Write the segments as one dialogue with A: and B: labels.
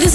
A: this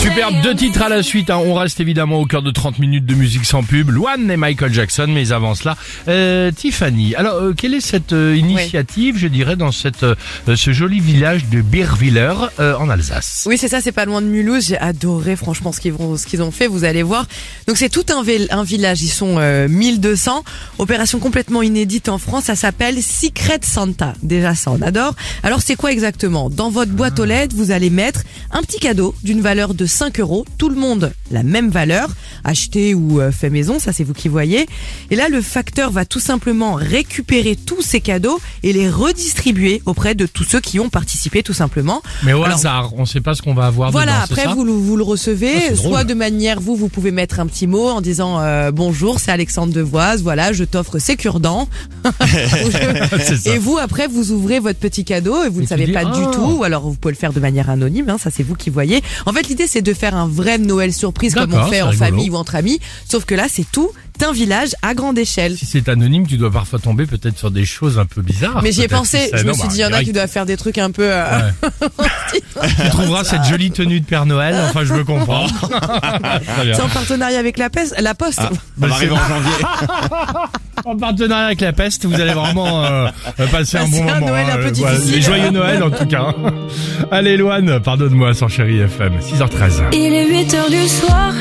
B: Superbe deux titres à la suite. hein. On reste évidemment au cœur de 30 minutes de musique sans pub. Luan et Michael Jackson, mais avant cela, euh, Tiffany. Alors, euh, quelle est cette euh, initiative, je dirais, dans cette, euh, ce joli village de Birwiller euh, en Alsace
C: Oui, c'est ça, c'est pas loin de Mulhouse. J'ai adoré, franchement, ce qu'ils vont, ce qu'ils ont fait. Vous allez voir. Donc, c'est tout un, vil- un village. Ils sont euh, 1200. Opération complètement inédite en France. Ça s'appelle Secret Santa. Déjà, ça, on adore. Alors, c'est quoi exactement Dans votre boîte aux lettres, vous allez mettre un petit cadeau d'une valeur de 5 euros. Tout le monde la même valeur, acheté ou euh, fait maison. Ça, c'est vous qui voyez. Et là, le facteur va tout simplement récupérer tous ces cadeaux et les redistribuer auprès de tous ceux qui ont participé, tout simplement.
B: Mais au
C: Alors-
B: hasard, on ne sait pas ce qu'on va avoir
C: Voilà,
B: dedans, ben, c'est
C: après
B: ça
C: vous, le- vous le recevez,
B: Ah, c'est drôle.
C: soit de manière, vous, vous pouvez mettre un petit mot en disant euh, bonjour, c'est Alexandre Devoise, voilà, je t'offre ces cure-dents.
B: C'est ça.
C: et vous, après, vous ouvrez votre petit cadeau et vous
B: Et
C: ne
B: tu
C: savez
B: dis,
C: pas du
B: Ah.
C: tout, ou alors vous pouvez le faire de manière anonyme, hein, ça c'est vous qui voyez. En fait, l'idée c'est de faire un vrai Noël surprise comme on
B: D'accord,
C: fait
B: c'est
C: en
B: rigolo.
C: famille ou entre amis, sauf que là c'est tout un village à grande échelle.
B: Si c'est anonyme, tu dois parfois tomber peut-être sur des choses un peu bizarres.
C: Mais j'y ai
B: Ah, peut-être,
C: pensé,
B: si ça-
C: je me
B: non,
C: suis
B: bah,
C: dit, il y en a
B: direct,
C: qui doivent faire des trucs un peu... euh,
B: Tu trouveras cette jolie tenue de Père Noël, enfin je me comprends. Très bien.
C: C'est en partenariat avec la, peste- la Poste.
B: Bah, c'est- En partenariat avec la peste, vous allez vraiment euh, euh, passer un
C: Passer
B: bon
C: Ah, un
B: moment. euh,
C: Noël un peu
B: voilà.
C: difficile. hein.
B: Et joyeux Noël en tout cas. Allez Loane, pardonne-moi sans chéri FM, 6h13.
D: Il est 8 heures du soir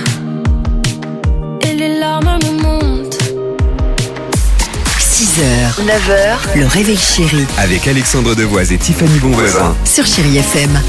D: et les larmes me montent.
E: 6h, 9h, le réveil chéri
F: Avec Alexandre Devoise et Tiffany Bonvoisin.
E: sur Chérie FM.